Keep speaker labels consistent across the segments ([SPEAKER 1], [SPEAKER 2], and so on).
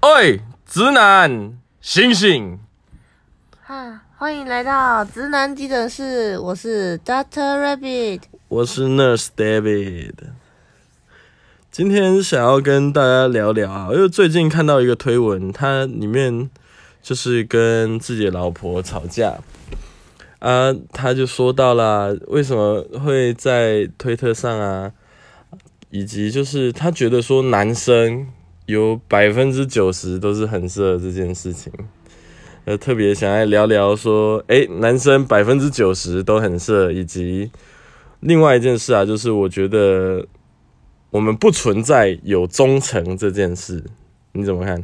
[SPEAKER 1] 哎，直男，醒醒！
[SPEAKER 2] 啊，欢迎来到直男急诊室，我是 Doctor Rabbit。
[SPEAKER 1] 我是 Nurse David。今天想要跟大家聊聊啊，因为最近看到一个推文，它里面就是跟自己的老婆吵架啊，他就说到啦，为什么会在推特上啊，以及就是他觉得说男生有百分之九十都是很适合这件事情。呃，特别想来聊聊说，诶、男生百分之九十都很适合，以及另外一件事啊，就是我觉得我们不存在有忠诚这件事，你怎么看？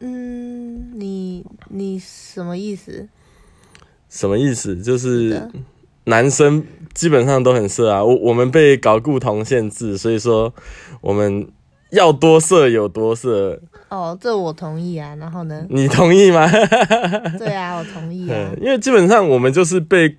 [SPEAKER 2] 嗯，你你什么意思？
[SPEAKER 1] 什么意思？就是
[SPEAKER 2] 的
[SPEAKER 1] 男生基本上都很色啊，我我们被搞固同限制，所以说我们要多色有多色，？
[SPEAKER 2] 哦，这我同意啊。然后呢
[SPEAKER 1] 你同意吗？
[SPEAKER 2] 对啊，我同意啊
[SPEAKER 1] 嗯，。因为基本上我们就是被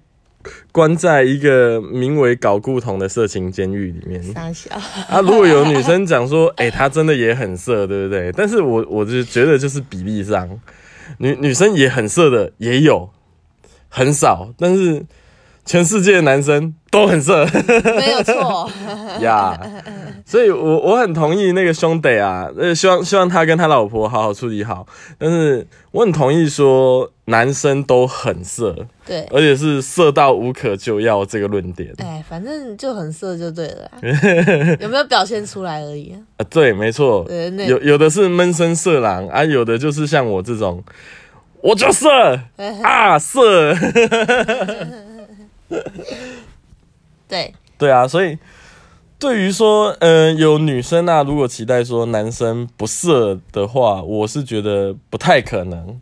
[SPEAKER 1] 关在一个名为“搞固同”的色情监狱里面。
[SPEAKER 2] 三小，
[SPEAKER 1] 啊，如果有女生讲说，哎、她真的也很色，对不对？但是我我就觉得就是比例上，女女生也很色的也有，很少，但是全世界的男生都很色
[SPEAKER 2] 没有错。
[SPEAKER 1] 呀。所以我我很同意那个兄弟啊，呃，希望希望他跟他老婆好好处理好。但是我很同意说，男生都很色，
[SPEAKER 2] 对，
[SPEAKER 1] 而且是色到无可救药这个论点。
[SPEAKER 2] 哎，反正就很色就对了 啊，有没有表现出来而已啊。
[SPEAKER 1] 啊，对，没错，
[SPEAKER 2] 对那
[SPEAKER 1] 有有的是闷声色狼啊，有的就是像我这种，我就色啊色，
[SPEAKER 2] 对，
[SPEAKER 1] 对啊，所以对于说，呃，有女生啊，如果期待说男生不色的话，我是觉得不太可能。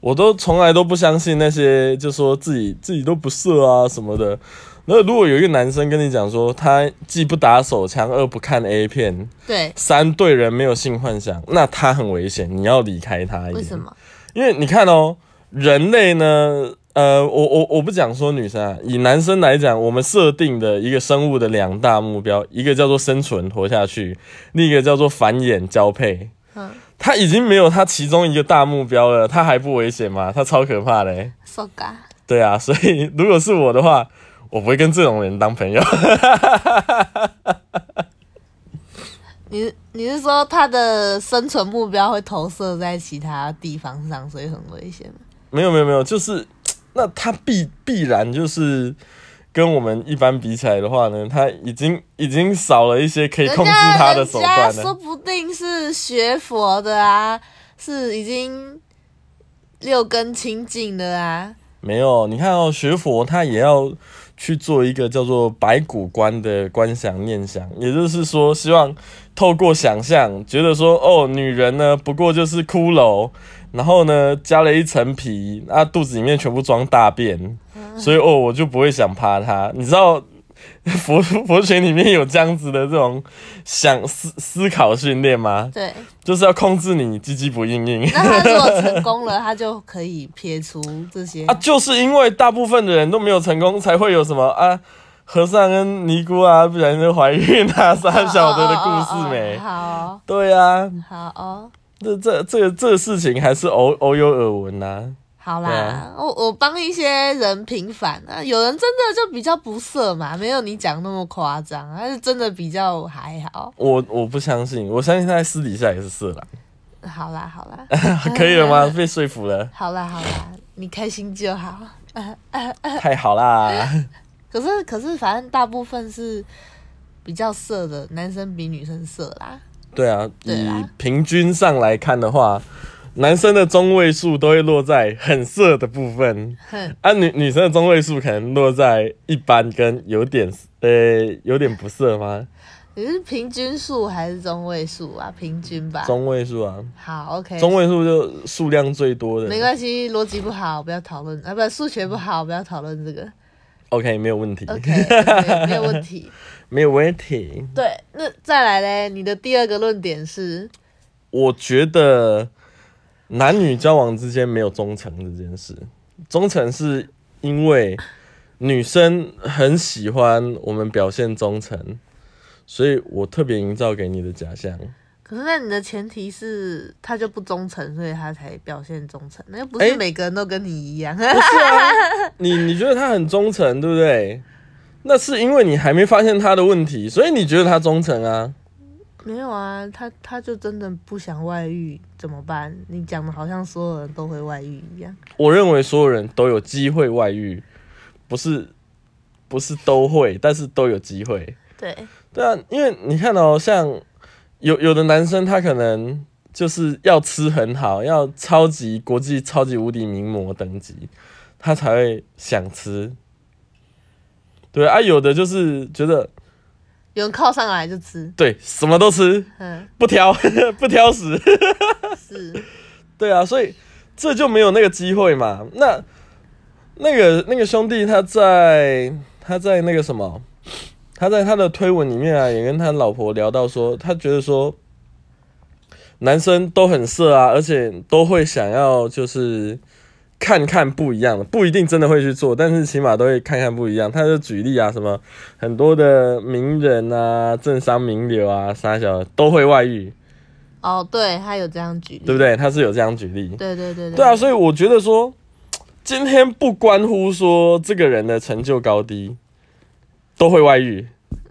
[SPEAKER 1] 我都从来都不相信那些就说自己自己都不色啊什么的。那如果有一个男生跟你讲说，他既不打手枪，二不看 A 片，
[SPEAKER 2] 对，
[SPEAKER 1] 三对人没有性幻想，那他很危险，你要离开他。
[SPEAKER 2] 为什？么？
[SPEAKER 1] 因为你看哦，人类呢，呃，我我我不讲说女生啊，以男生来讲，我们设定的一个生物的两大目标，一个叫做生存活下去，另一个叫做繁衍交配。
[SPEAKER 2] 嗯，
[SPEAKER 1] 他已经没有他其中一个大目标了，他还不危险吗？他超可怕嘞、欸
[SPEAKER 2] so ga，
[SPEAKER 1] 对啊，所以如果是我的话，我不会跟这种人当朋友。
[SPEAKER 2] 你你是说他的生存目标会投射在其他地方上，所以很危险吗？
[SPEAKER 1] 没有没有没有，就是那他必必然就是跟我们一般比起来的话呢，他已经已经少了一些可以控制他的手段
[SPEAKER 2] 人家说
[SPEAKER 1] 了。
[SPEAKER 2] 不定是学佛的啊，是已经六根清净的啊。
[SPEAKER 1] 没有，你看哦，学佛他也要去做一个叫做白骨观的观想念想，也就是说，希望透过想象，觉得说哦，女人呢不过就是骷髅，然后呢加了一层皮，那、肚子里面全部装大便，所以哦我就不会想趴她。你知道佛 佛学里面有这样子的这种想思思考训练吗？
[SPEAKER 2] 对，
[SPEAKER 1] 就是要控制你鸡鸡不硬硬。
[SPEAKER 2] 那他如果成功了，他就可以撇除这些。
[SPEAKER 1] 啊，就是因为大部分的人都没有成功，才会有什么啊，和尚跟尼姑啊，不然就怀孕 啊，傻小的的故事没
[SPEAKER 2] 哦哦哦哦哦？好哦
[SPEAKER 1] 对啊，
[SPEAKER 2] 好哦，
[SPEAKER 1] 这这这个这个事情还是偶偶有耳闻呐、
[SPEAKER 2] 好
[SPEAKER 1] 对
[SPEAKER 2] 啦
[SPEAKER 1] 啊，
[SPEAKER 2] 我我帮一些人平反啊，有人真的就比较不色嘛，没有你讲那么夸张，他是真的比较还好。
[SPEAKER 1] 我我不相信，我相信他在私底下也是色狼，
[SPEAKER 2] 好啦，好啦，
[SPEAKER 1] 可以了
[SPEAKER 2] 嗯
[SPEAKER 1] 吗？被说服了，
[SPEAKER 2] 好啦，好啦，你开心就好。
[SPEAKER 1] 太好啦！
[SPEAKER 2] 可是可是，反正大部分是比较色的，男生比女生色啦。
[SPEAKER 1] 对啊，
[SPEAKER 2] 对啊
[SPEAKER 1] 以平均上来看的话，男生的中位数都会落在很色的部分，
[SPEAKER 2] 哼，
[SPEAKER 1] 啊，女女生的中位数可能落在一般跟有点呃有点不色吗？
[SPEAKER 2] 你是平均数还是中位数啊？平均吧。
[SPEAKER 1] 中位数啊，
[SPEAKER 2] 好，OK。
[SPEAKER 1] 中位数就数量最多
[SPEAKER 2] 没
[SPEAKER 1] 的。
[SPEAKER 2] 关系，逻辑不好不要讨论 啊，不，数学不好不要讨论 这个。
[SPEAKER 1] OK，没有问题
[SPEAKER 2] OK，, o 没有问题。
[SPEAKER 1] 没有问题。
[SPEAKER 2] 对，那再来嘞，你的第二个论点是，
[SPEAKER 1] 我觉得男女交往之间没有忠诚这件事，忠诚是因为女生很喜欢我们表现忠诚，所以我特别营造给你的假象。
[SPEAKER 2] 可是那你的前提是他就不忠诚，所以他才表现忠诚，那又不是
[SPEAKER 1] 哎
[SPEAKER 2] 每个人都跟你一样。
[SPEAKER 1] 不是啊，你你觉得他很忠诚，对不对？那是因为你还没发现他的问题，所以你觉得他忠诚啊？
[SPEAKER 2] 没有啊，他他就真的不想外遇怎么办？你讲的好像所有人都会外遇一样。
[SPEAKER 1] 我认为所有人都有机会外遇，不是不是都会，但是都有机会。
[SPEAKER 2] 对，
[SPEAKER 1] 对啊，因为你看哦，像有有的男生他可能就是要吃很好，要超级国际超级无敌名模等级，他才会想吃。对啊，有的就是觉得
[SPEAKER 2] 有人靠上来就吃，
[SPEAKER 1] 对什么都吃，
[SPEAKER 2] 嗯，
[SPEAKER 1] 不挑 不挑食。
[SPEAKER 2] 是，
[SPEAKER 1] 对啊，所以这就没有那个机会嘛。那那个那个兄弟他在他在那个什么，他在他的推文里面啊，也跟他老婆聊到说，他觉得说男生都很色啊，而且都会想要就是。看看不一样的，不一定真的会去做，但是起码都会看看不一样。他就举例啊，什么很多的名人啊、政商名流啊、傻小的都会外遇，
[SPEAKER 2] 哦，对他有这样举例，
[SPEAKER 1] 对不
[SPEAKER 2] 对？
[SPEAKER 1] 对？他是有这样举例。
[SPEAKER 2] 对对对对
[SPEAKER 1] 对啊，所以我觉得说，今天不关乎说这个人的成就高低，都会外遇，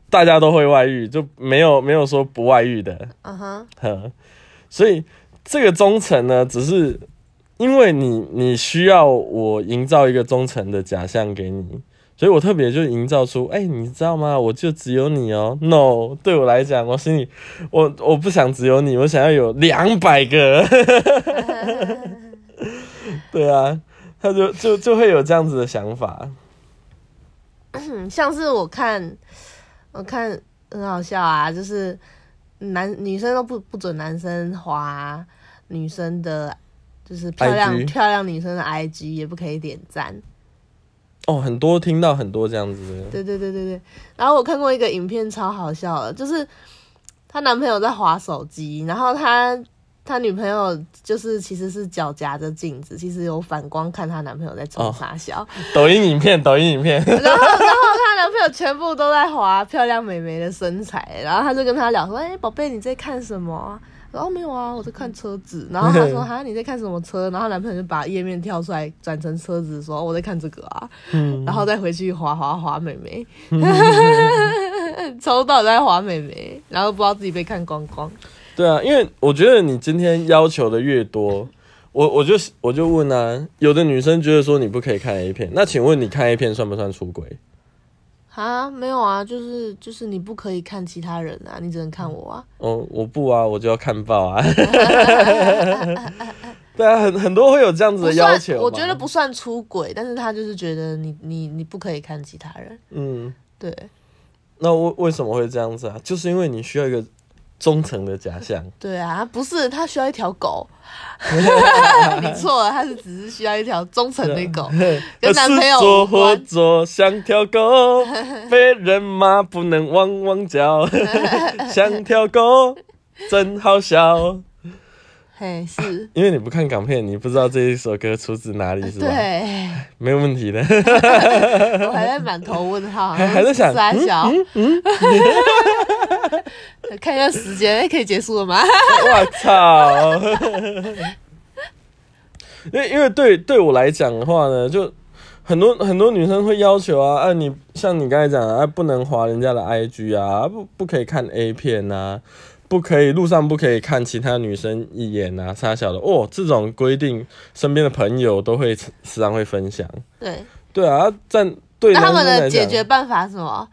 [SPEAKER 1] 大家都会外遇，就没有没有说不外遇的，
[SPEAKER 2] 嗯哼，
[SPEAKER 1] 呵。 所以这个忠诚呢，只是因为你你需要我营造一个忠诚的假象给你。所以我特别就营造出，哎、你知道吗？我就只有你哦、No，对我来讲，我心里，我我不想只有你，我想要有两百个。 对啊，他就就就会有这样子的想法。
[SPEAKER 2] 嗯，像是我看，我看很好笑啊，就是男女生都不不准男生滑女生的，就是漂亮
[SPEAKER 1] IG
[SPEAKER 2] 漂亮女生的 IG 也不可以点赞，
[SPEAKER 1] 哦，很多听到很多这样子的，
[SPEAKER 2] 对对对对对。然后我看过一个影片，超好笑的，就是她男朋友在划手机，然后她她女朋友就是其实是脚夹着镜子，其实有反光看她男朋友在冲
[SPEAKER 1] 哦
[SPEAKER 2] 傻笑，
[SPEAKER 1] 抖音影片，抖音影片，
[SPEAKER 2] 然后然后她男朋友全部都在划漂亮美眉的身材，然后她就跟她聊说：“哎、宝贝，你在看什么啊？”然后、哦、没有啊，我在看车子。然后她说：“哈，你在看什么车？”然后她男朋友就把页面跳出来，转成车子，说：“我在看这个啊。”
[SPEAKER 1] 嗯
[SPEAKER 2] 然后再回去滑滑滑美眉， 抽到在滑美眉，然后不知道自己被看光光。
[SPEAKER 1] 对啊，因为我觉得你今天要求的越多，我我就我就问啊，有的女生觉得说你不可以看 A 片，那请问你看 A 片算不算出轨？
[SPEAKER 2] 啊，没有啊，就是就是你不可以看其他人啊，你只能看我啊。
[SPEAKER 1] 哦，我不啊，我就要看爆 啊。对啊，很很多会有这样子
[SPEAKER 2] 不
[SPEAKER 1] 的
[SPEAKER 2] 算
[SPEAKER 1] 要，求嘛，
[SPEAKER 2] 我觉得不算出轨，但是他就是觉得你你你不可以看其他人。
[SPEAKER 1] 嗯，
[SPEAKER 2] 对，
[SPEAKER 1] 那为为什么会这样子啊？就是因为你需要一个忠诚的假象。
[SPEAKER 2] 对啊，不是他需要一条 狗，你错了，他是只是需要一条忠诚的狗。
[SPEAKER 1] 呃
[SPEAKER 2] 跟男朋友
[SPEAKER 1] 做
[SPEAKER 2] 无
[SPEAKER 1] 活
[SPEAKER 2] 关
[SPEAKER 1] 做像条狗，被人骂不能汪汪 叫，像条狗真好笑。
[SPEAKER 2] 嘿，是，
[SPEAKER 1] 因为你不看港片，你不知道这一首歌出自哪里，是吧？
[SPEAKER 2] 对，
[SPEAKER 1] 没有问题 的。
[SPEAKER 2] 我还在满头问号，
[SPEAKER 1] 还还在想 嗯
[SPEAKER 2] 傻小， 看一下时间，哎，可以结束了 吗？
[SPEAKER 1] 我操！因为因为对对我来讲的话呢，就很多很多女生会要求啊，啊你像你刚才讲的啊，不能划人家的 IG 啊，不不可以看 A 片啊，不可以路上不可以看其他女生一眼啊，傻小的哦，这种规定，身边的朋友都会时常会分享。
[SPEAKER 2] 对，
[SPEAKER 1] 对啊，站对
[SPEAKER 2] 那他们
[SPEAKER 1] 男生来讲
[SPEAKER 2] 的解决办法是什么？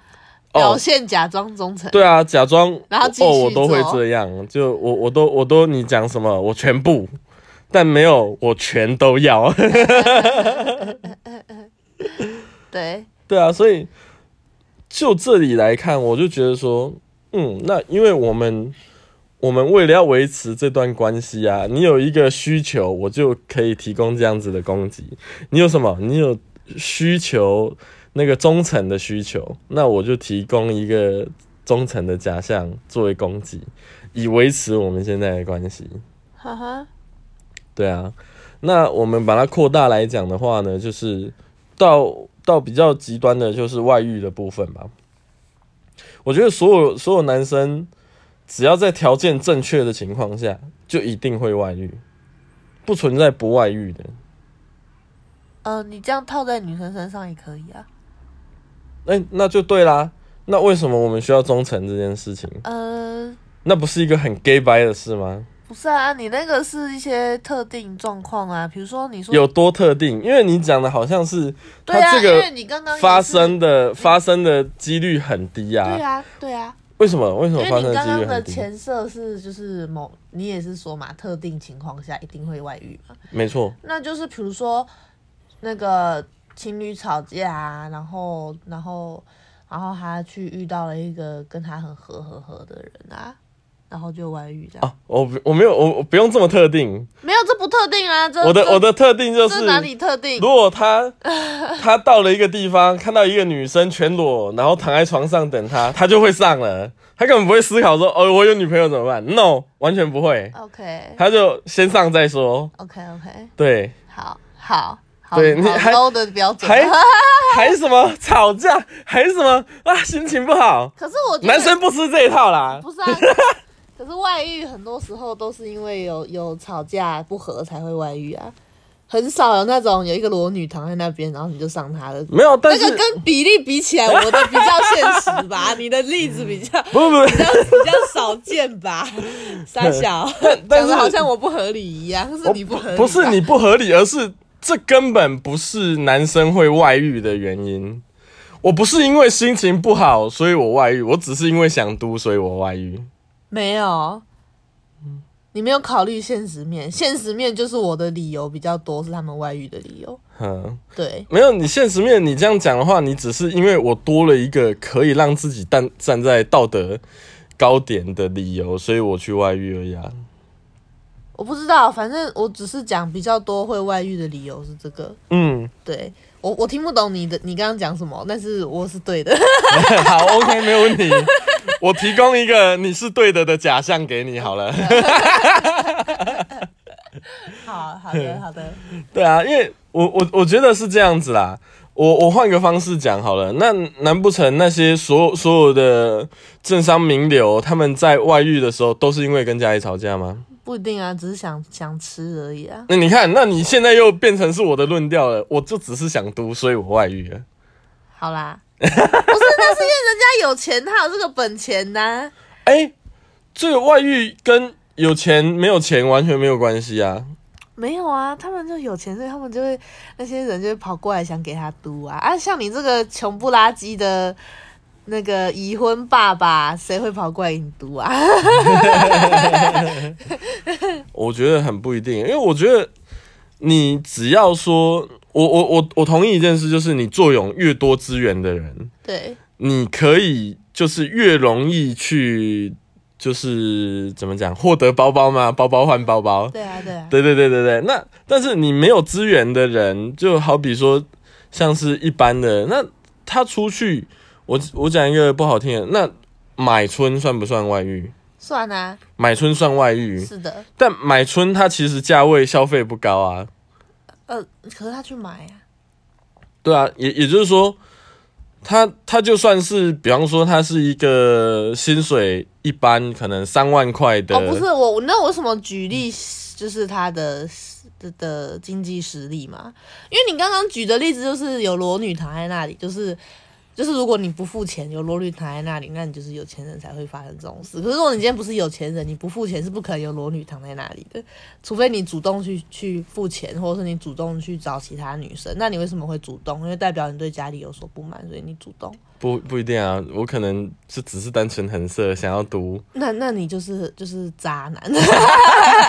[SPEAKER 2] 表
[SPEAKER 1] 哦，
[SPEAKER 2] 现假装忠诚，
[SPEAKER 1] 对啊，假装
[SPEAKER 2] 然后继续
[SPEAKER 1] 哦，我都会
[SPEAKER 2] 做
[SPEAKER 1] 这样，就我我都我都你讲什么，我全部，但没有我全都要。
[SPEAKER 2] 对，
[SPEAKER 1] 对啊，所以就这里来看，我就觉得说，嗯，那因为我们我们为了要维持这段关系啊，你有一个需求，我就可以提供这样子的供给。你有什么？你有需求那个忠诚的需求，那我就提供一个忠诚的假象作为供给，以维持我们现在的关系。
[SPEAKER 2] 哈哈，
[SPEAKER 1] 对啊，那我们把它扩大来讲的话呢，就是到到比较极端的，就是外遇的部分吧。我觉得所有所有男生只要在条件正确的情况下，就一定会外遇，不存在不外遇的。
[SPEAKER 2] 呃，你这样套在女生身上也可以啊。
[SPEAKER 1] 哎、那就对啦。那为什么我们需要忠诚这件事情？
[SPEAKER 2] 呃，
[SPEAKER 1] 那不是一个很 gay 白的事吗？
[SPEAKER 2] 不是啊，你那个是一些特定状况啊，比如说你说
[SPEAKER 1] 有多特定？因为你讲的好像是
[SPEAKER 2] 对啊，
[SPEAKER 1] 它这个
[SPEAKER 2] 因为你刚刚也是
[SPEAKER 1] 发生的发生的几率很低啊。
[SPEAKER 2] 嗯对啊对啊，
[SPEAKER 1] 为什么？为什
[SPEAKER 2] 因
[SPEAKER 1] 么发
[SPEAKER 2] 为
[SPEAKER 1] 生的
[SPEAKER 2] 你刚
[SPEAKER 1] 几
[SPEAKER 2] 刚
[SPEAKER 1] 率
[SPEAKER 2] 的
[SPEAKER 1] 很低？
[SPEAKER 2] 前设是就是某你也是说嘛，特定情况下一定会外遇嘛，
[SPEAKER 1] 没错，
[SPEAKER 2] 那就是比如说那个情侣吵架啊，然后然后然后他去遇到了一个跟他很合合合的人啊，然后就外遇这
[SPEAKER 1] 啊，
[SPEAKER 2] 样。
[SPEAKER 1] 我不我没有我我不用这么特定，
[SPEAKER 2] 没有，这不特定啊，这
[SPEAKER 1] 我的
[SPEAKER 2] 这
[SPEAKER 1] 我的特定就是
[SPEAKER 2] 这哪里特定
[SPEAKER 1] 如？果 他他到了一个地方，看到一个女生全裸，然后躺在床上等他，他就会上了。他根本不会思考说，哦，我有女朋友怎么办？No，完全不会，
[SPEAKER 2] OK
[SPEAKER 1] 他就先上再说。哦
[SPEAKER 2] OK OK，
[SPEAKER 1] 对，
[SPEAKER 2] 好好好，
[SPEAKER 1] 对你
[SPEAKER 2] 好
[SPEAKER 1] 还
[SPEAKER 2] low 的标准。
[SPEAKER 1] 还还什么吵架，还什么啊，心情不好，
[SPEAKER 2] 可是我觉得
[SPEAKER 1] 男生不吃这一套啦。
[SPEAKER 2] 不是 啊。可是外遇很多时候都是因为有有吵架不和才会外遇啊，很少有那种有一个裸女躺在那边，然后你就上她的。
[SPEAKER 1] 没有，但
[SPEAKER 2] 那
[SPEAKER 1] 是
[SPEAKER 2] 个跟比例比起来，我的比较现实 吧，你的例子比较
[SPEAKER 1] 不不不，
[SPEAKER 2] 比较少见 吧，傻小，
[SPEAKER 1] 但
[SPEAKER 2] 讲
[SPEAKER 1] 是
[SPEAKER 2] 的好像我不合理一样，是你不合理，
[SPEAKER 1] 不是，你不合理，而是这根本不是男生会外遇的原因。我不是因为心情不好所以我外遇，我只是因为想嘟所以我外遇。
[SPEAKER 2] 没有，你没有考虑现实面，现实面就是我的理由比较多，是他们外遇的理由，
[SPEAKER 1] 哼，
[SPEAKER 2] 对，
[SPEAKER 1] 没有，你现实面你这样讲的话，你只是因为我多了一个可以让自己站站在道德高点的理由，所以我去外遇而已啊。
[SPEAKER 2] 我不知道，反正我只是讲比较多会外遇的理由是这个，
[SPEAKER 1] 嗯，
[SPEAKER 2] 对我我听不懂你的你刚刚讲什么，但是我是对的。
[SPEAKER 1] 好，OK，没有问题。我提供一个你是对的的假象给你好了。
[SPEAKER 2] 好好的好的，
[SPEAKER 1] 对啊，因为我我我觉得是这样子啦。我我换个方式讲好了，那难不成那些所有所有的政商名流，他们在外遇的时候都是因为跟家里吵架吗？
[SPEAKER 2] 不一定啊，只是想想吃而已啊。
[SPEAKER 1] 那你看，那你现在又变成是我的论调了，我就只是想读，所以我外遇了。
[SPEAKER 2] 好啦，不是，那是因为人家有钱，他有这个本钱呐、
[SPEAKER 1] 哎、这个外遇跟有钱没有钱完全没有关系啊。
[SPEAKER 2] 没有啊，他们就有钱，所以他们就会那些人就会跑过来想给他嘟啊啊！像你这个穷不拉几的那个已婚爸爸，谁会跑过来给你嘟啊？
[SPEAKER 1] 我觉得很不一定，因为我觉得你只要说，我我我我同意一件事，就是你坐拥越多资源的人，
[SPEAKER 2] 对，
[SPEAKER 1] 你可以就是越容易去，就是怎么讲，获得包包嘛，包包换包包。
[SPEAKER 2] 对啊，对啊，
[SPEAKER 1] 对对对对对，那但是你没有资源的人，就好比说像是一般的，那他出去，我我讲一个不好听的，那买春算不算外遇？
[SPEAKER 2] 算啊，
[SPEAKER 1] 买春算外遇，
[SPEAKER 2] 是的，
[SPEAKER 1] 但买春它其实价位消费不高啊。
[SPEAKER 2] 呃，可是他去买啊，
[SPEAKER 1] 对啊，也也就是说，他他就算是，比方说他是一个薪水一般，可能三万块的，
[SPEAKER 2] 哦，不是我，那我为什么举例就是他的的的经济实力嘛？因为你刚刚举的例子就是有裸女躺在那里，就是就是如果你不付钱，有裸女躺在那里，那你就是有钱人才会发生这种事。可是如果你今天不是有钱人，你不付钱是不可能有裸女躺在那里的，除非你主动去去付钱，或者是你主动去找其他女生。那你为什么会主动？因为代表你对家里有所不满，所以你主动。
[SPEAKER 1] 不不一定啊，我可能是只是单纯很色，想要读。
[SPEAKER 2] 那那你就是就是渣男。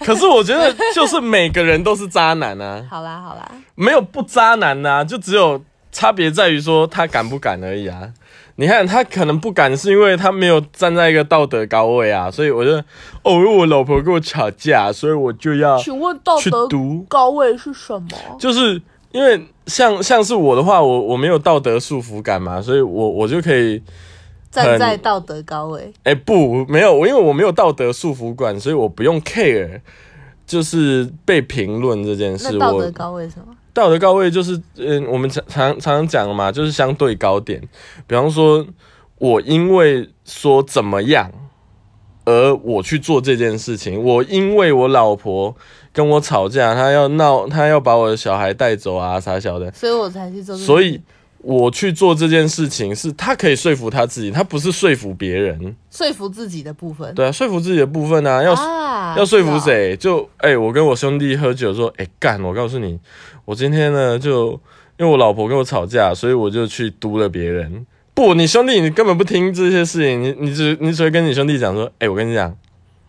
[SPEAKER 1] 可是我觉得就是每个人都是渣男啊，
[SPEAKER 2] 好啦好啦，
[SPEAKER 1] 没有不渣男呐、啊，就只有差别在于说他敢不敢而已啊。你看他可能不敢，是因为他没有站在一个道德高位啊，所以我就哦，因为我老婆跟我吵架，所以我就要
[SPEAKER 2] 请问道
[SPEAKER 1] 去
[SPEAKER 2] 德
[SPEAKER 1] 读。
[SPEAKER 2] 高位是什么？
[SPEAKER 1] 就是因为像像是我的话，我我没有道德束缚感嘛，所以我我就可以，
[SPEAKER 2] 站在道德高位，
[SPEAKER 1] 哎、不，没有，我因为我没有道德束缚感，所以我不用 care，就是被评论这件
[SPEAKER 2] 那
[SPEAKER 1] 事。
[SPEAKER 2] 道德
[SPEAKER 1] 我
[SPEAKER 2] 高位是什么？
[SPEAKER 1] 道呃德高位就是，嗯，我们常常常常讲嘛，就是相对高点，比方说。我因为说怎么样，而我去做这件事情。我因为我老婆跟我吵架，她要闹，她要把我的小孩带走啊，啥小的，
[SPEAKER 2] 所以我才去做这个。
[SPEAKER 1] 所以。我去做这件事情，是她可以说服她自己，她不是说服别人。
[SPEAKER 2] 说服自己的部分，
[SPEAKER 1] 对啊，说服自己的部分啊，要、
[SPEAKER 2] 啊
[SPEAKER 1] 要说服
[SPEAKER 2] 是啊
[SPEAKER 1] 谁？就哎、我跟我兄弟喝酒说，哎、干！我告诉你，我今天呢，就因为我老婆跟我吵架，所以我就去嘟了别人。不，你兄弟你根本不听这些事情，你你只你只会跟你兄弟讲说，哎、我跟你讲，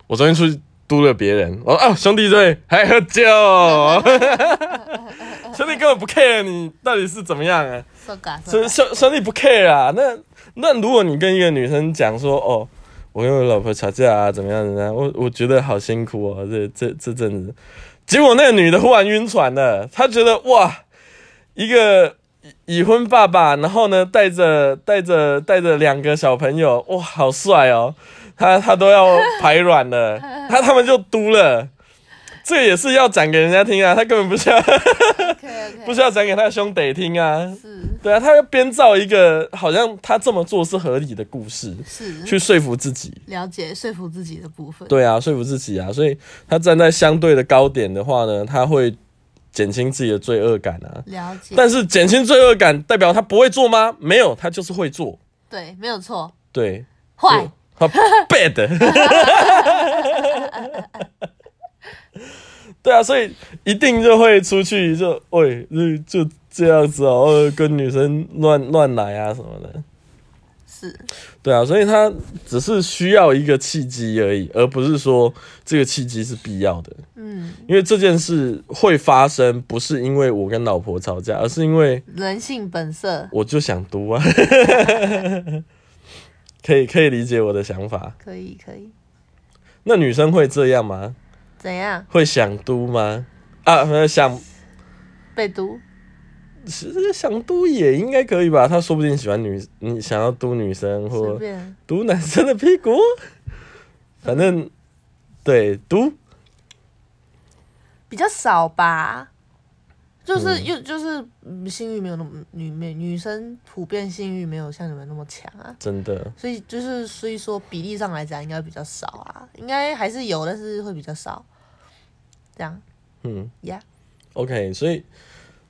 [SPEAKER 1] 我昨天出去嘟了别人。我说啊，兄弟对，还喝酒， 兄弟根本不 care 你到底是怎么样啊。
[SPEAKER 2] 说嘎说
[SPEAKER 1] 兄兄
[SPEAKER 2] 嘎
[SPEAKER 1] 兄弟不 care 啊。那那如果你跟一个女生讲说，哦，我跟我老婆吵架啊，怎么样怎么样，我我觉得好辛苦哦，这这这阵子，结果那个女的忽然晕船了，她觉得哇，一个。已已婚爸爸，然后呢，带着带着带着两个小朋友，哇，好帅哦！他他都要排卵了，他他们就嘟了，这个也是要讲给人家听啊，他根本不是要
[SPEAKER 2] ，OK OK，
[SPEAKER 1] 不是要讲给他的兄弟听啊，
[SPEAKER 2] 是
[SPEAKER 1] 对啊，他要编造一个好像他这么做是合理的故事，
[SPEAKER 2] 是
[SPEAKER 1] 去说服自己。
[SPEAKER 2] 了解说服自己的部分，
[SPEAKER 1] 对啊，说服自己啊，所以他站在相对的高点的话呢，他会减轻自己的罪恶感啊。
[SPEAKER 2] 了解，
[SPEAKER 1] 但是减轻罪恶感代表他不会做吗？没有，他就是会做。
[SPEAKER 2] 对，没有错，
[SPEAKER 1] 对，
[SPEAKER 2] 坏，
[SPEAKER 1] 他 bad。对啊，所以一定就会出去就喂就就这样子哦，呃跟女生乱乱来啊什么的。
[SPEAKER 2] 是
[SPEAKER 1] 对啊，所以他只是需要一个契机而已，而不是说这个契机是必要的。
[SPEAKER 2] 嗯，
[SPEAKER 1] 因为这件事会发生，不是因为我跟老婆吵架，而是因为
[SPEAKER 2] 人性本色，
[SPEAKER 1] 我就想读啊。 可以可以理解我的想法。
[SPEAKER 2] 可以可以，
[SPEAKER 1] 那女生会这样吗？
[SPEAKER 2] 怎样
[SPEAKER 1] 会想嘟吗？啊，呃想
[SPEAKER 2] 被毒？
[SPEAKER 1] 是想嘟也应该可以吧？她说不定喜欢女，你想要嘟女生
[SPEAKER 2] 随
[SPEAKER 1] 或
[SPEAKER 2] 便，
[SPEAKER 1] 嘟男生的屁股，反正对嘟。
[SPEAKER 2] 比较少吧，就是又就是嗯性欲没有那么女没女生普遍性欲没有像你们那么强啊，
[SPEAKER 1] 真的，
[SPEAKER 2] 所以就是所以说比例上来讲应该比较少啊，应该还是有，但是会比较少，这样
[SPEAKER 1] 嗯
[SPEAKER 2] 呀
[SPEAKER 1] ，OK，所以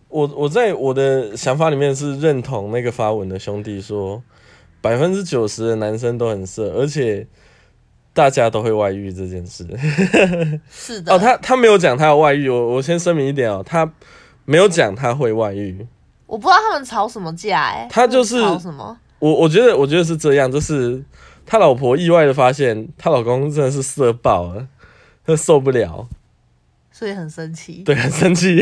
[SPEAKER 1] 我我在我的想法里面是认同那个发文的兄弟说，百分之九十的男生都很色，而且大家都会外遇这件事。
[SPEAKER 2] 是的，
[SPEAKER 1] 哦，他他没有讲他有外遇，我我先声明一点哦，他没有讲他会外遇。
[SPEAKER 2] 我不知道他们吵什么架哎、
[SPEAKER 1] 他就是
[SPEAKER 2] 他们吵什么
[SPEAKER 1] 我我觉得我觉得是这样，就是他老婆意外的发现，她老公真的是色爆了，她受不了，
[SPEAKER 2] 所以很生气。
[SPEAKER 1] 对，很生气。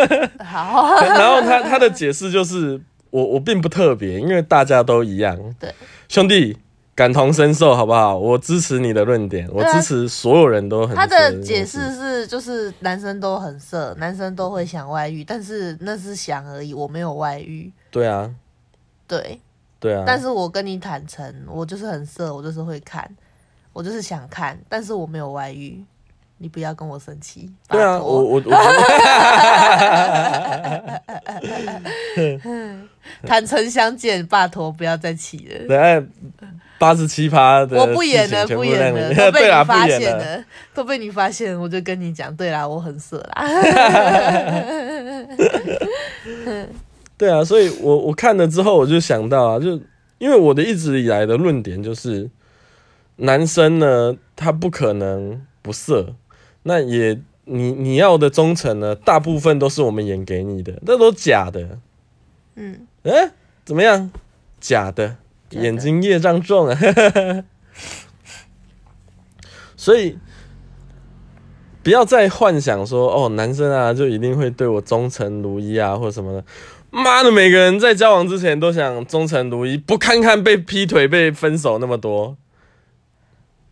[SPEAKER 2] 好，
[SPEAKER 1] 然后他他的解释就是，我我并不特别，因为大家都一样。
[SPEAKER 2] 对，
[SPEAKER 1] 兄弟，感同身受，好不好？我支持你的论点，我
[SPEAKER 2] 对啊
[SPEAKER 1] 支持所有人都很。
[SPEAKER 2] 他的解释，是就是男生都很色，男生都会想外遇，但是那是想而已，我没有外遇。
[SPEAKER 1] 对啊，
[SPEAKER 2] 对，
[SPEAKER 1] 对啊。
[SPEAKER 2] 但是我跟你坦诚，我就是很色，我就是会看，我就是想看，但是我没有外遇，你不要跟我生气。
[SPEAKER 1] 对啊，
[SPEAKER 2] 拜托
[SPEAKER 1] 我我我，
[SPEAKER 2] 坦诚相见，拜托不要再起了。
[SPEAKER 1] 等下八十七趴的
[SPEAKER 2] 我不演
[SPEAKER 1] 事
[SPEAKER 2] 了，
[SPEAKER 1] 情
[SPEAKER 2] 不
[SPEAKER 1] 全
[SPEAKER 2] 演
[SPEAKER 1] 部让
[SPEAKER 2] 了，
[SPEAKER 1] 你
[SPEAKER 2] 都被
[SPEAKER 1] 对啊，
[SPEAKER 2] 你
[SPEAKER 1] 不
[SPEAKER 2] 发
[SPEAKER 1] 演
[SPEAKER 2] 现
[SPEAKER 1] 了。
[SPEAKER 2] 了，都被你发现，我就跟你讲，对啦，我很色啦，
[SPEAKER 1] 对啊，所以我我看了之后，我就想到啊，就因为我的一直以来的论点就是，男生呢，他不可能不色，那也你你要的忠诚呢，大部分都是我们演给你的，那都假的。
[SPEAKER 2] 嗯，
[SPEAKER 1] 哎、怎么样？假的，
[SPEAKER 2] 假的
[SPEAKER 1] 眼睛业障重啊。 所以不要再幻想说哦，男生啊就一定会对我忠诚如一啊，或者什么的。妈的，每个人在交往之前都想忠诚如一，不看看被劈腿、被分手那么多。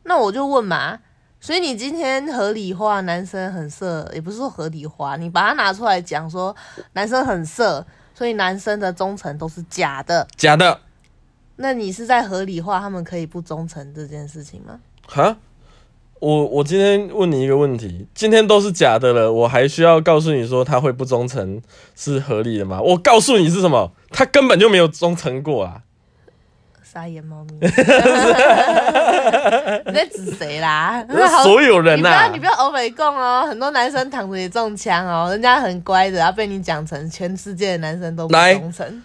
[SPEAKER 2] 那我就问嘛，所以你今天合理化男生很色，也不是说合理化，你把它拿出来讲说男生很色，所以男生的忠诚都是假的，
[SPEAKER 1] 假的
[SPEAKER 2] 那你是在合理化他们可以不忠诚这件事情吗？
[SPEAKER 1] 哈？我我今天问你一个问题，今天都是假的了，我还需要告诉你说他会不忠诚是合理的吗？我告诉你是什么，他根本就没有忠诚过啊。
[SPEAKER 2] 傻眼猫 咪， 你在指谁啦？
[SPEAKER 1] 所有人啊
[SPEAKER 2] 你不
[SPEAKER 1] 呐、
[SPEAKER 2] 要你不要欧美共哦，很多男生躺着也中枪哦，人家很乖的，然后被你讲成全世界的男生都不
[SPEAKER 1] 来
[SPEAKER 2] 忠诚。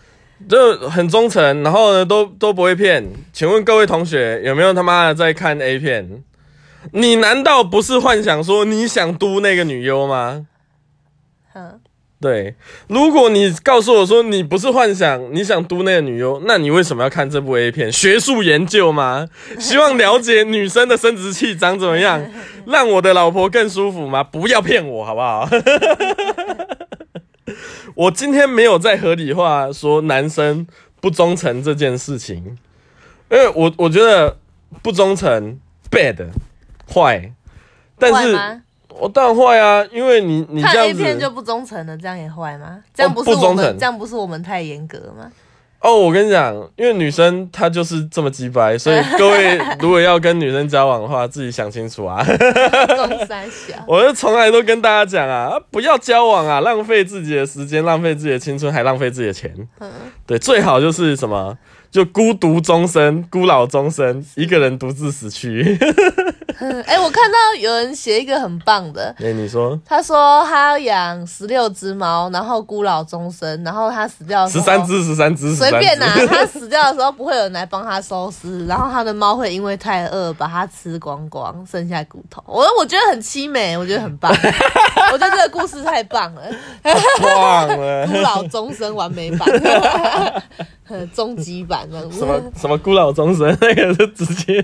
[SPEAKER 1] 就很忠诚，然后呢都都不会骗。请问各位同学有没有他妈的在看 A 片？你难道不是幻想说你想嘟那个女优吗？
[SPEAKER 2] 哼，
[SPEAKER 1] 对，如果你告诉我说你不是幻想，你想嘟那个女优，那你为什么要看这部 A 片？学术研究吗？希望了解女生的生殖器长怎么 样，让我的老婆更舒服吗？不要骗我好不好？ 我今天没有在合理化说男生不忠诚这件事情，因为我我觉得不忠诚 bad 坏，但
[SPEAKER 2] 坏
[SPEAKER 1] 是
[SPEAKER 2] 吗？
[SPEAKER 1] 我当然坏啊，因为你你
[SPEAKER 2] 看
[SPEAKER 1] 这
[SPEAKER 2] A
[SPEAKER 1] 样子哦
[SPEAKER 2] 片就不忠诚了，这样也坏吗？这样不是
[SPEAKER 1] 不
[SPEAKER 2] 我
[SPEAKER 1] 忠
[SPEAKER 2] 们、
[SPEAKER 1] 诚
[SPEAKER 2] 这样不是我们太严格吗？
[SPEAKER 1] 哦，我跟你讲，因为女生她就是这么鸡掰， 所以各位如果要跟女生交往的话，自己想清楚啊！
[SPEAKER 2] 共三小，
[SPEAKER 1] 我就从来都跟大家讲啊，不要交往啊，浪费自己的时间，浪费自己的青春，还浪费自己的钱。
[SPEAKER 2] 嗯
[SPEAKER 1] 对，最好就是什么，就孤独终生，孤老终生，一个人独自死去。
[SPEAKER 2] 嗯哎、我看到有人写一个很棒的，
[SPEAKER 1] 哎、你说
[SPEAKER 2] 他说他要养十六只猫，然后孤老终生，然后他死掉的时
[SPEAKER 1] 十
[SPEAKER 2] 候
[SPEAKER 1] 三只，十 三只，
[SPEAKER 2] 随便拿、
[SPEAKER 1] 拿。
[SPEAKER 2] 他死掉的时候不会有人来帮他收尸，然后他的猫会因为太饿把它吃光光，剩下骨头。我我觉得很凄美，我觉得 很棒，我觉得这个故事太棒了，
[SPEAKER 1] 忘了
[SPEAKER 2] 孤老终生完美版， 嗯终极版这样子
[SPEAKER 1] 什 么什么孤老终生，那个就直接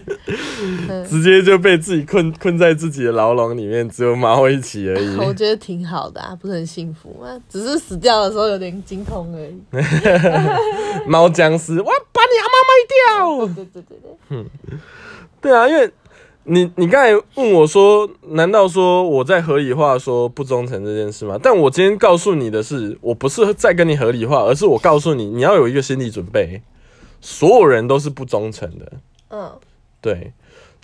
[SPEAKER 2] 嗯
[SPEAKER 1] 直接就被自己困困在自己的牢笼里面，只有猫一起而已。
[SPEAKER 2] 我觉得挺 好的啊，不是很幸福吗？只是死掉的时候有点惊恐 而已。
[SPEAKER 1] 猫僵尸，我要把你阿妈卖掉。
[SPEAKER 2] 对对对对，
[SPEAKER 1] 对啊，因为你你刚才问我说，难道说我在合理化说不忠诚这件事吗？但我今天告诉你的是，我不是在跟你合理化，而是我告诉你，你要有一个心理准备，所有人都是不忠诚的。
[SPEAKER 2] 嗯，
[SPEAKER 1] 对，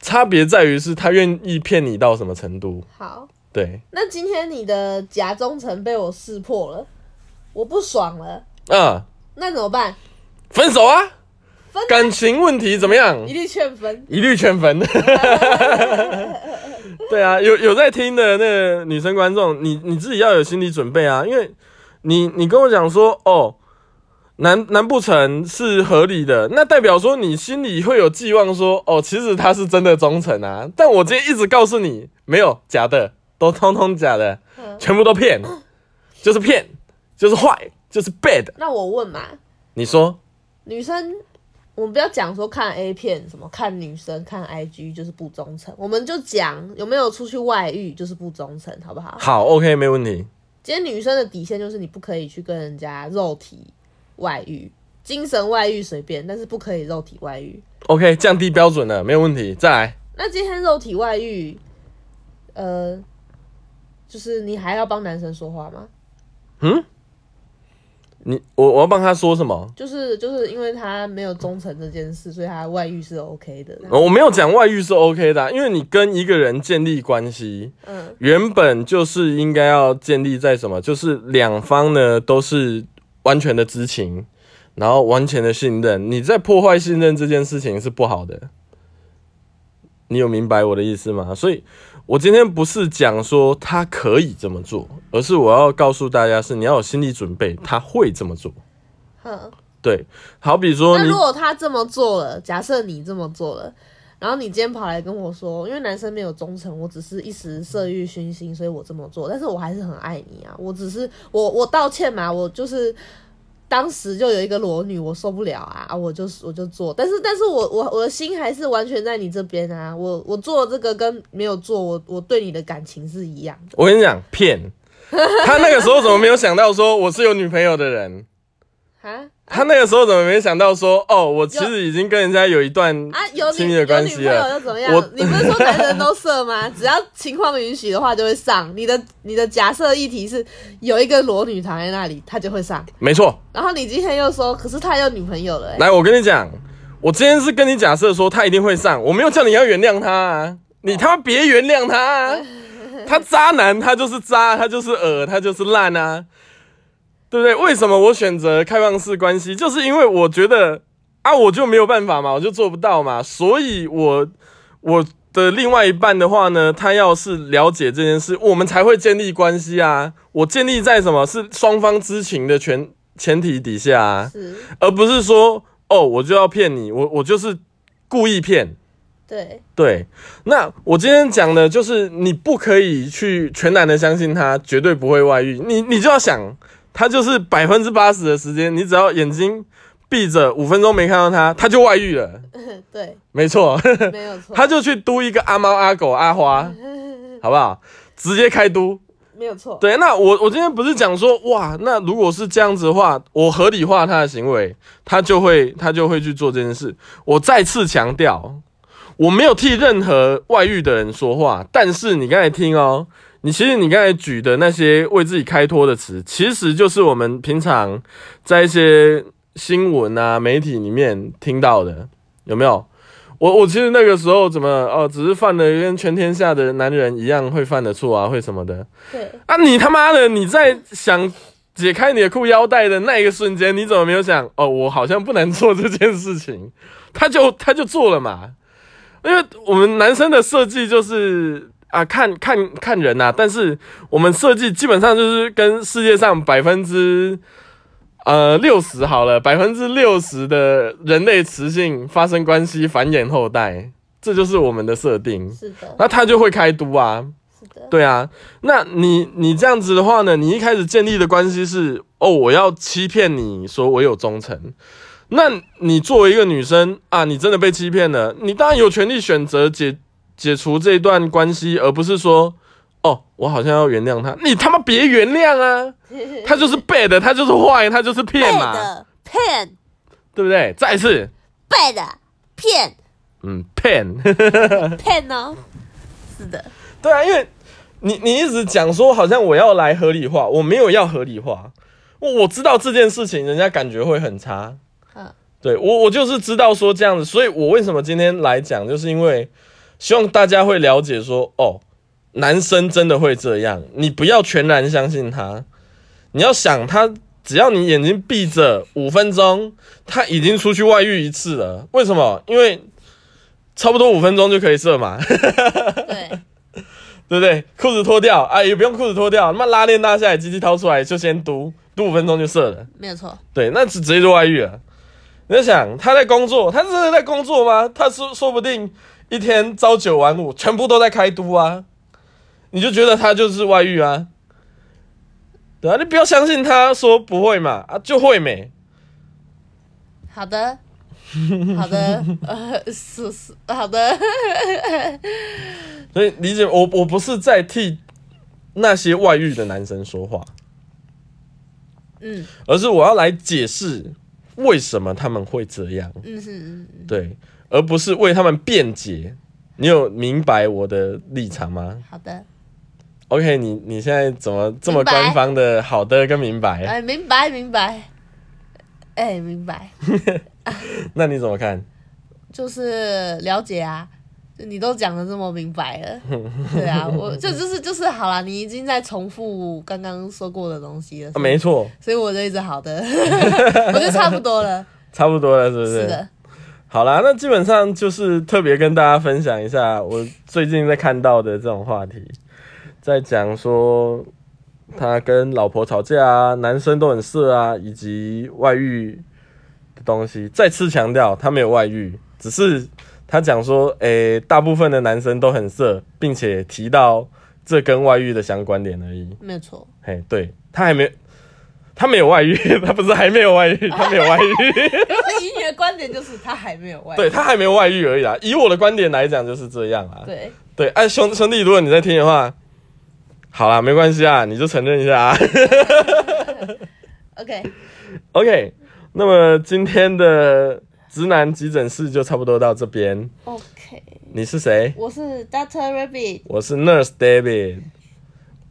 [SPEAKER 1] 差别在于是他愿意骗你到什么程度。
[SPEAKER 2] 好。
[SPEAKER 1] 对，
[SPEAKER 2] 那今天你的假忠诚被我识破了，我不爽了，
[SPEAKER 1] 嗯，
[SPEAKER 2] 那怎么办？
[SPEAKER 1] 分手啊
[SPEAKER 2] 分啊，
[SPEAKER 1] 感情问题怎么样？
[SPEAKER 2] 一律劝分。
[SPEAKER 1] 一律全 分。对啊，有有在听的那个女生观众，你你自己要有心理准备啊，因为你你跟我讲说哦，难难不成是合理的？那代表说你心里会有寄望说哦，其实他是真的忠诚啊。但我今天一直告诉你，没有假的，都通通假的，
[SPEAKER 2] 嗯
[SPEAKER 1] 全部都骗，就是骗，就是坏，就是 bad。
[SPEAKER 2] 那我问嘛，
[SPEAKER 1] 你说
[SPEAKER 2] 女生，我们不要讲说看 A 片什么看女生看 IG 就是不忠诚，我们就讲有没有出去外遇就是不忠诚，好不好？
[SPEAKER 1] 好，OK，没问题。
[SPEAKER 2] 今天女生的底线就是你不可以去跟人家肉体外遇，精神外遇随便，但是不可以肉体外遇。
[SPEAKER 1] OK，降低标准了，没有问题。再来，
[SPEAKER 2] 那今天肉体外遇，呃，就是你还要帮男生说话吗？
[SPEAKER 1] 你我我要帮他说什么？
[SPEAKER 2] 就是就是因为他没有忠诚这件事，所以他外遇是 OK 的。
[SPEAKER 1] 我没有讲外遇是 OK 的啊、因为你跟一个人建立关系，
[SPEAKER 2] 嗯，
[SPEAKER 1] 原本就是应该要建立在什么？就是两方呢都是完全的知情，然后完全的信任。你在破坏信任这件事情是不好的，你有明白我的意思吗？所以我今天不是讲说他可以这么做，而是我要告诉大家是你要有心理准备，他会这么做。
[SPEAKER 2] 哼。
[SPEAKER 1] 对，好比说
[SPEAKER 2] 那
[SPEAKER 1] 你
[SPEAKER 2] 如果他这么做了，假设你这么做了，然后你今天跑来跟我说，因为男生没有忠诚，我只是一时色欲熏心，所以我这么做，但是我还是很爱你啊，我只是我我道歉嘛，我就是。当时就有一个裸女，我受不了啊！啊我就我就做，但是但是我我我的心还是完全在你这边啊！我我做这个跟没有做，我我对你的感情是一样的。
[SPEAKER 1] 我跟你讲，骗。他那个时候怎么没有想到说我是有女朋友的人？
[SPEAKER 2] 啊
[SPEAKER 1] 他那个时候怎么没想到说哦，我其实已经跟人家有一段
[SPEAKER 2] 啊，有
[SPEAKER 1] 亲
[SPEAKER 2] 女
[SPEAKER 1] 密
[SPEAKER 2] 有
[SPEAKER 1] 的关
[SPEAKER 2] 女朋
[SPEAKER 1] 系
[SPEAKER 2] 友
[SPEAKER 1] 了。
[SPEAKER 2] 又怎么样
[SPEAKER 1] 我？
[SPEAKER 2] 你不是说男人都色吗？只要情况允许的话就会上。你的你的假设议题是有一个裸女躺在那里，她就会上。
[SPEAKER 1] 没错，
[SPEAKER 2] 然后你今天又说，可是她有女朋友了、欸，
[SPEAKER 1] 来，我跟你讲，我今天是跟你假设说他一定会上，我没有叫你要原谅他啊，你他妈别原谅他啊！他渣男，他就是渣，他就是恶，他就是烂啊，对不对？为什么我选择开放式关系，就是因为我觉得。啊，我就没有办法嘛，我就做不到嘛，所以我我的另外一半的话呢，他要是了解这件事，我们才会建立关系啊。我建立在什么是双方知情的前前提底下、啊，
[SPEAKER 2] 是，
[SPEAKER 1] 而不是说哦，我就要骗你，我我就是故意骗。
[SPEAKER 2] 对，
[SPEAKER 1] 对，那我今天讲的就是你不可以去全然的相信他绝对不会外遇，你你就要想，他就是百分之八十的时间，你只要眼睛闭着五分钟没看到他，他就外遇了，
[SPEAKER 2] 对，
[SPEAKER 1] 没错，
[SPEAKER 2] 没有错，
[SPEAKER 1] 他就去嘟一个阿猫阿狗阿花，好不好？直接开嘟。
[SPEAKER 2] 没有错，
[SPEAKER 1] 对，那我我今天不是讲说哇，那如果是这样子的话，我合理化他的行为，他就会他就会去做这件事。我再次强调，我没有替任何外遇的人说话，但是你刚才听哦，你其实你刚才举的那些为自己开脱的词，其实就是我们平常在一些新闻啊媒体里面听到的，有没有？我我其实那个时候怎么哦，只是犯了跟全天下的男人一样会犯的错啊，会什么的。
[SPEAKER 2] 对，
[SPEAKER 1] 啊，你他妈的，你在想解开你的裤腰带的那一个瞬间，你怎么没有想哦，我好像不能做这件事情？他就 他就做了嘛，因为我们男生的设计就是啊，看看看人呐、啊但是我们设计基本上就是跟世界上百分之。呃，六十好了，百分之六十的人类雌性发生关系繁衍后代，这就是我们的设定。
[SPEAKER 2] 是的，
[SPEAKER 1] 那他就会开嘟啊，
[SPEAKER 2] 是的，
[SPEAKER 1] 对啊，那你你这样子的话呢，你一开始建立的关系是哦，我要欺骗你说我有忠诚。那你作为一个女生啊，你真的被欺骗了，你当然有权利选择解解除这段关系，而不是说哦，我好像要原谅他，你他妈别原谅啊，他就是 bad，他就是坏，他就是骗
[SPEAKER 3] 骗
[SPEAKER 1] 嘛，
[SPEAKER 3] 的骗
[SPEAKER 1] 对不对？再一次，
[SPEAKER 3] 背的骗
[SPEAKER 1] 嗯，骗。
[SPEAKER 3] 骗 哦，是的，
[SPEAKER 1] 对啊，因为你你一直讲说好像我要来合理化，我没有要合理化，我我知道这件事情人家感觉会很差，
[SPEAKER 3] 嗯
[SPEAKER 1] 对我我就是知道说这样子，所以我为什么今天来讲，就是因为希望大家会了解说哦，男生真的会这样，你不要全然相信他，你要想他。只要你眼睛闭着五分钟，他已经出去外遇一次了。为什么？因为差不多五分钟就可以射嘛。
[SPEAKER 3] 对，
[SPEAKER 1] 对不对？裤子脱掉，啊，也不用裤子脱掉，他妈拉链拉下来，鸡鸡掏出来就先嘟，嘟五分钟就射了。
[SPEAKER 3] 没有错，
[SPEAKER 1] 对，那直直接就外遇了。你在想他在工作，他真的在工作吗？他说说不定一天朝九晚五，全部都在开嘟啊，你就觉得他就是外遇啊？对啊，你不要相信他说不会嘛，啊就会没。
[SPEAKER 3] 好 的，好 的，
[SPEAKER 2] 呃，是是，好的，
[SPEAKER 1] 所以理解我，我不是在替那些外遇的男生说话，
[SPEAKER 3] 嗯
[SPEAKER 1] 而是我要来解释为什么他们会这样。
[SPEAKER 3] 嗯哼，
[SPEAKER 1] 对，而不是为他们辩解。你有明白我的立场吗
[SPEAKER 3] 好的，
[SPEAKER 1] ？OK，你你现在怎么这么
[SPEAKER 3] 明白
[SPEAKER 1] 官方的好的跟明白？
[SPEAKER 3] 哎，明白明白，哎，明白，
[SPEAKER 1] 那你怎么看？
[SPEAKER 3] 就是了解啊。就你都讲的这么明白 了，对啊，我就就是就是好啦，你已经在重复刚刚说过的东西了
[SPEAKER 1] 啊、，没错，
[SPEAKER 3] 所以我就一直好 的，我就差不多了，
[SPEAKER 1] 差不多了，是不是？
[SPEAKER 3] 是的，
[SPEAKER 1] 好啦，那基本上就是特别跟大家分享一下我最近在看到的这种话题，在讲说他跟老婆吵架啊，男生都很色啊，以及外遇的东西。再次强调，他没有外遇，只是他讲说，诶、大部分的男生都很色，并且提到这跟外遇的相关联而已。
[SPEAKER 3] 没有 错，
[SPEAKER 1] 嘿，对他还没，他没有外遇，他不是还没有外遇，他没有外遇。
[SPEAKER 2] 以你的观点就是他还没有外
[SPEAKER 1] 对他还没有外遇而已啦。以我的观点来讲，就是这样啦。
[SPEAKER 2] 对，
[SPEAKER 1] 对，哎、兄兄弟，如果你在听的话，好啦，没关系啊，你就承认一下啊。
[SPEAKER 3] OK，
[SPEAKER 1] OK，那么今天的直男急诊室就差不多到这边。
[SPEAKER 3] OK，
[SPEAKER 1] 你是谁？
[SPEAKER 3] 我是 Doctor Rabbit，
[SPEAKER 1] 我是 Nurse David。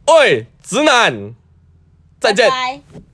[SPEAKER 1] 喂，直男，再见。
[SPEAKER 3] 拜拜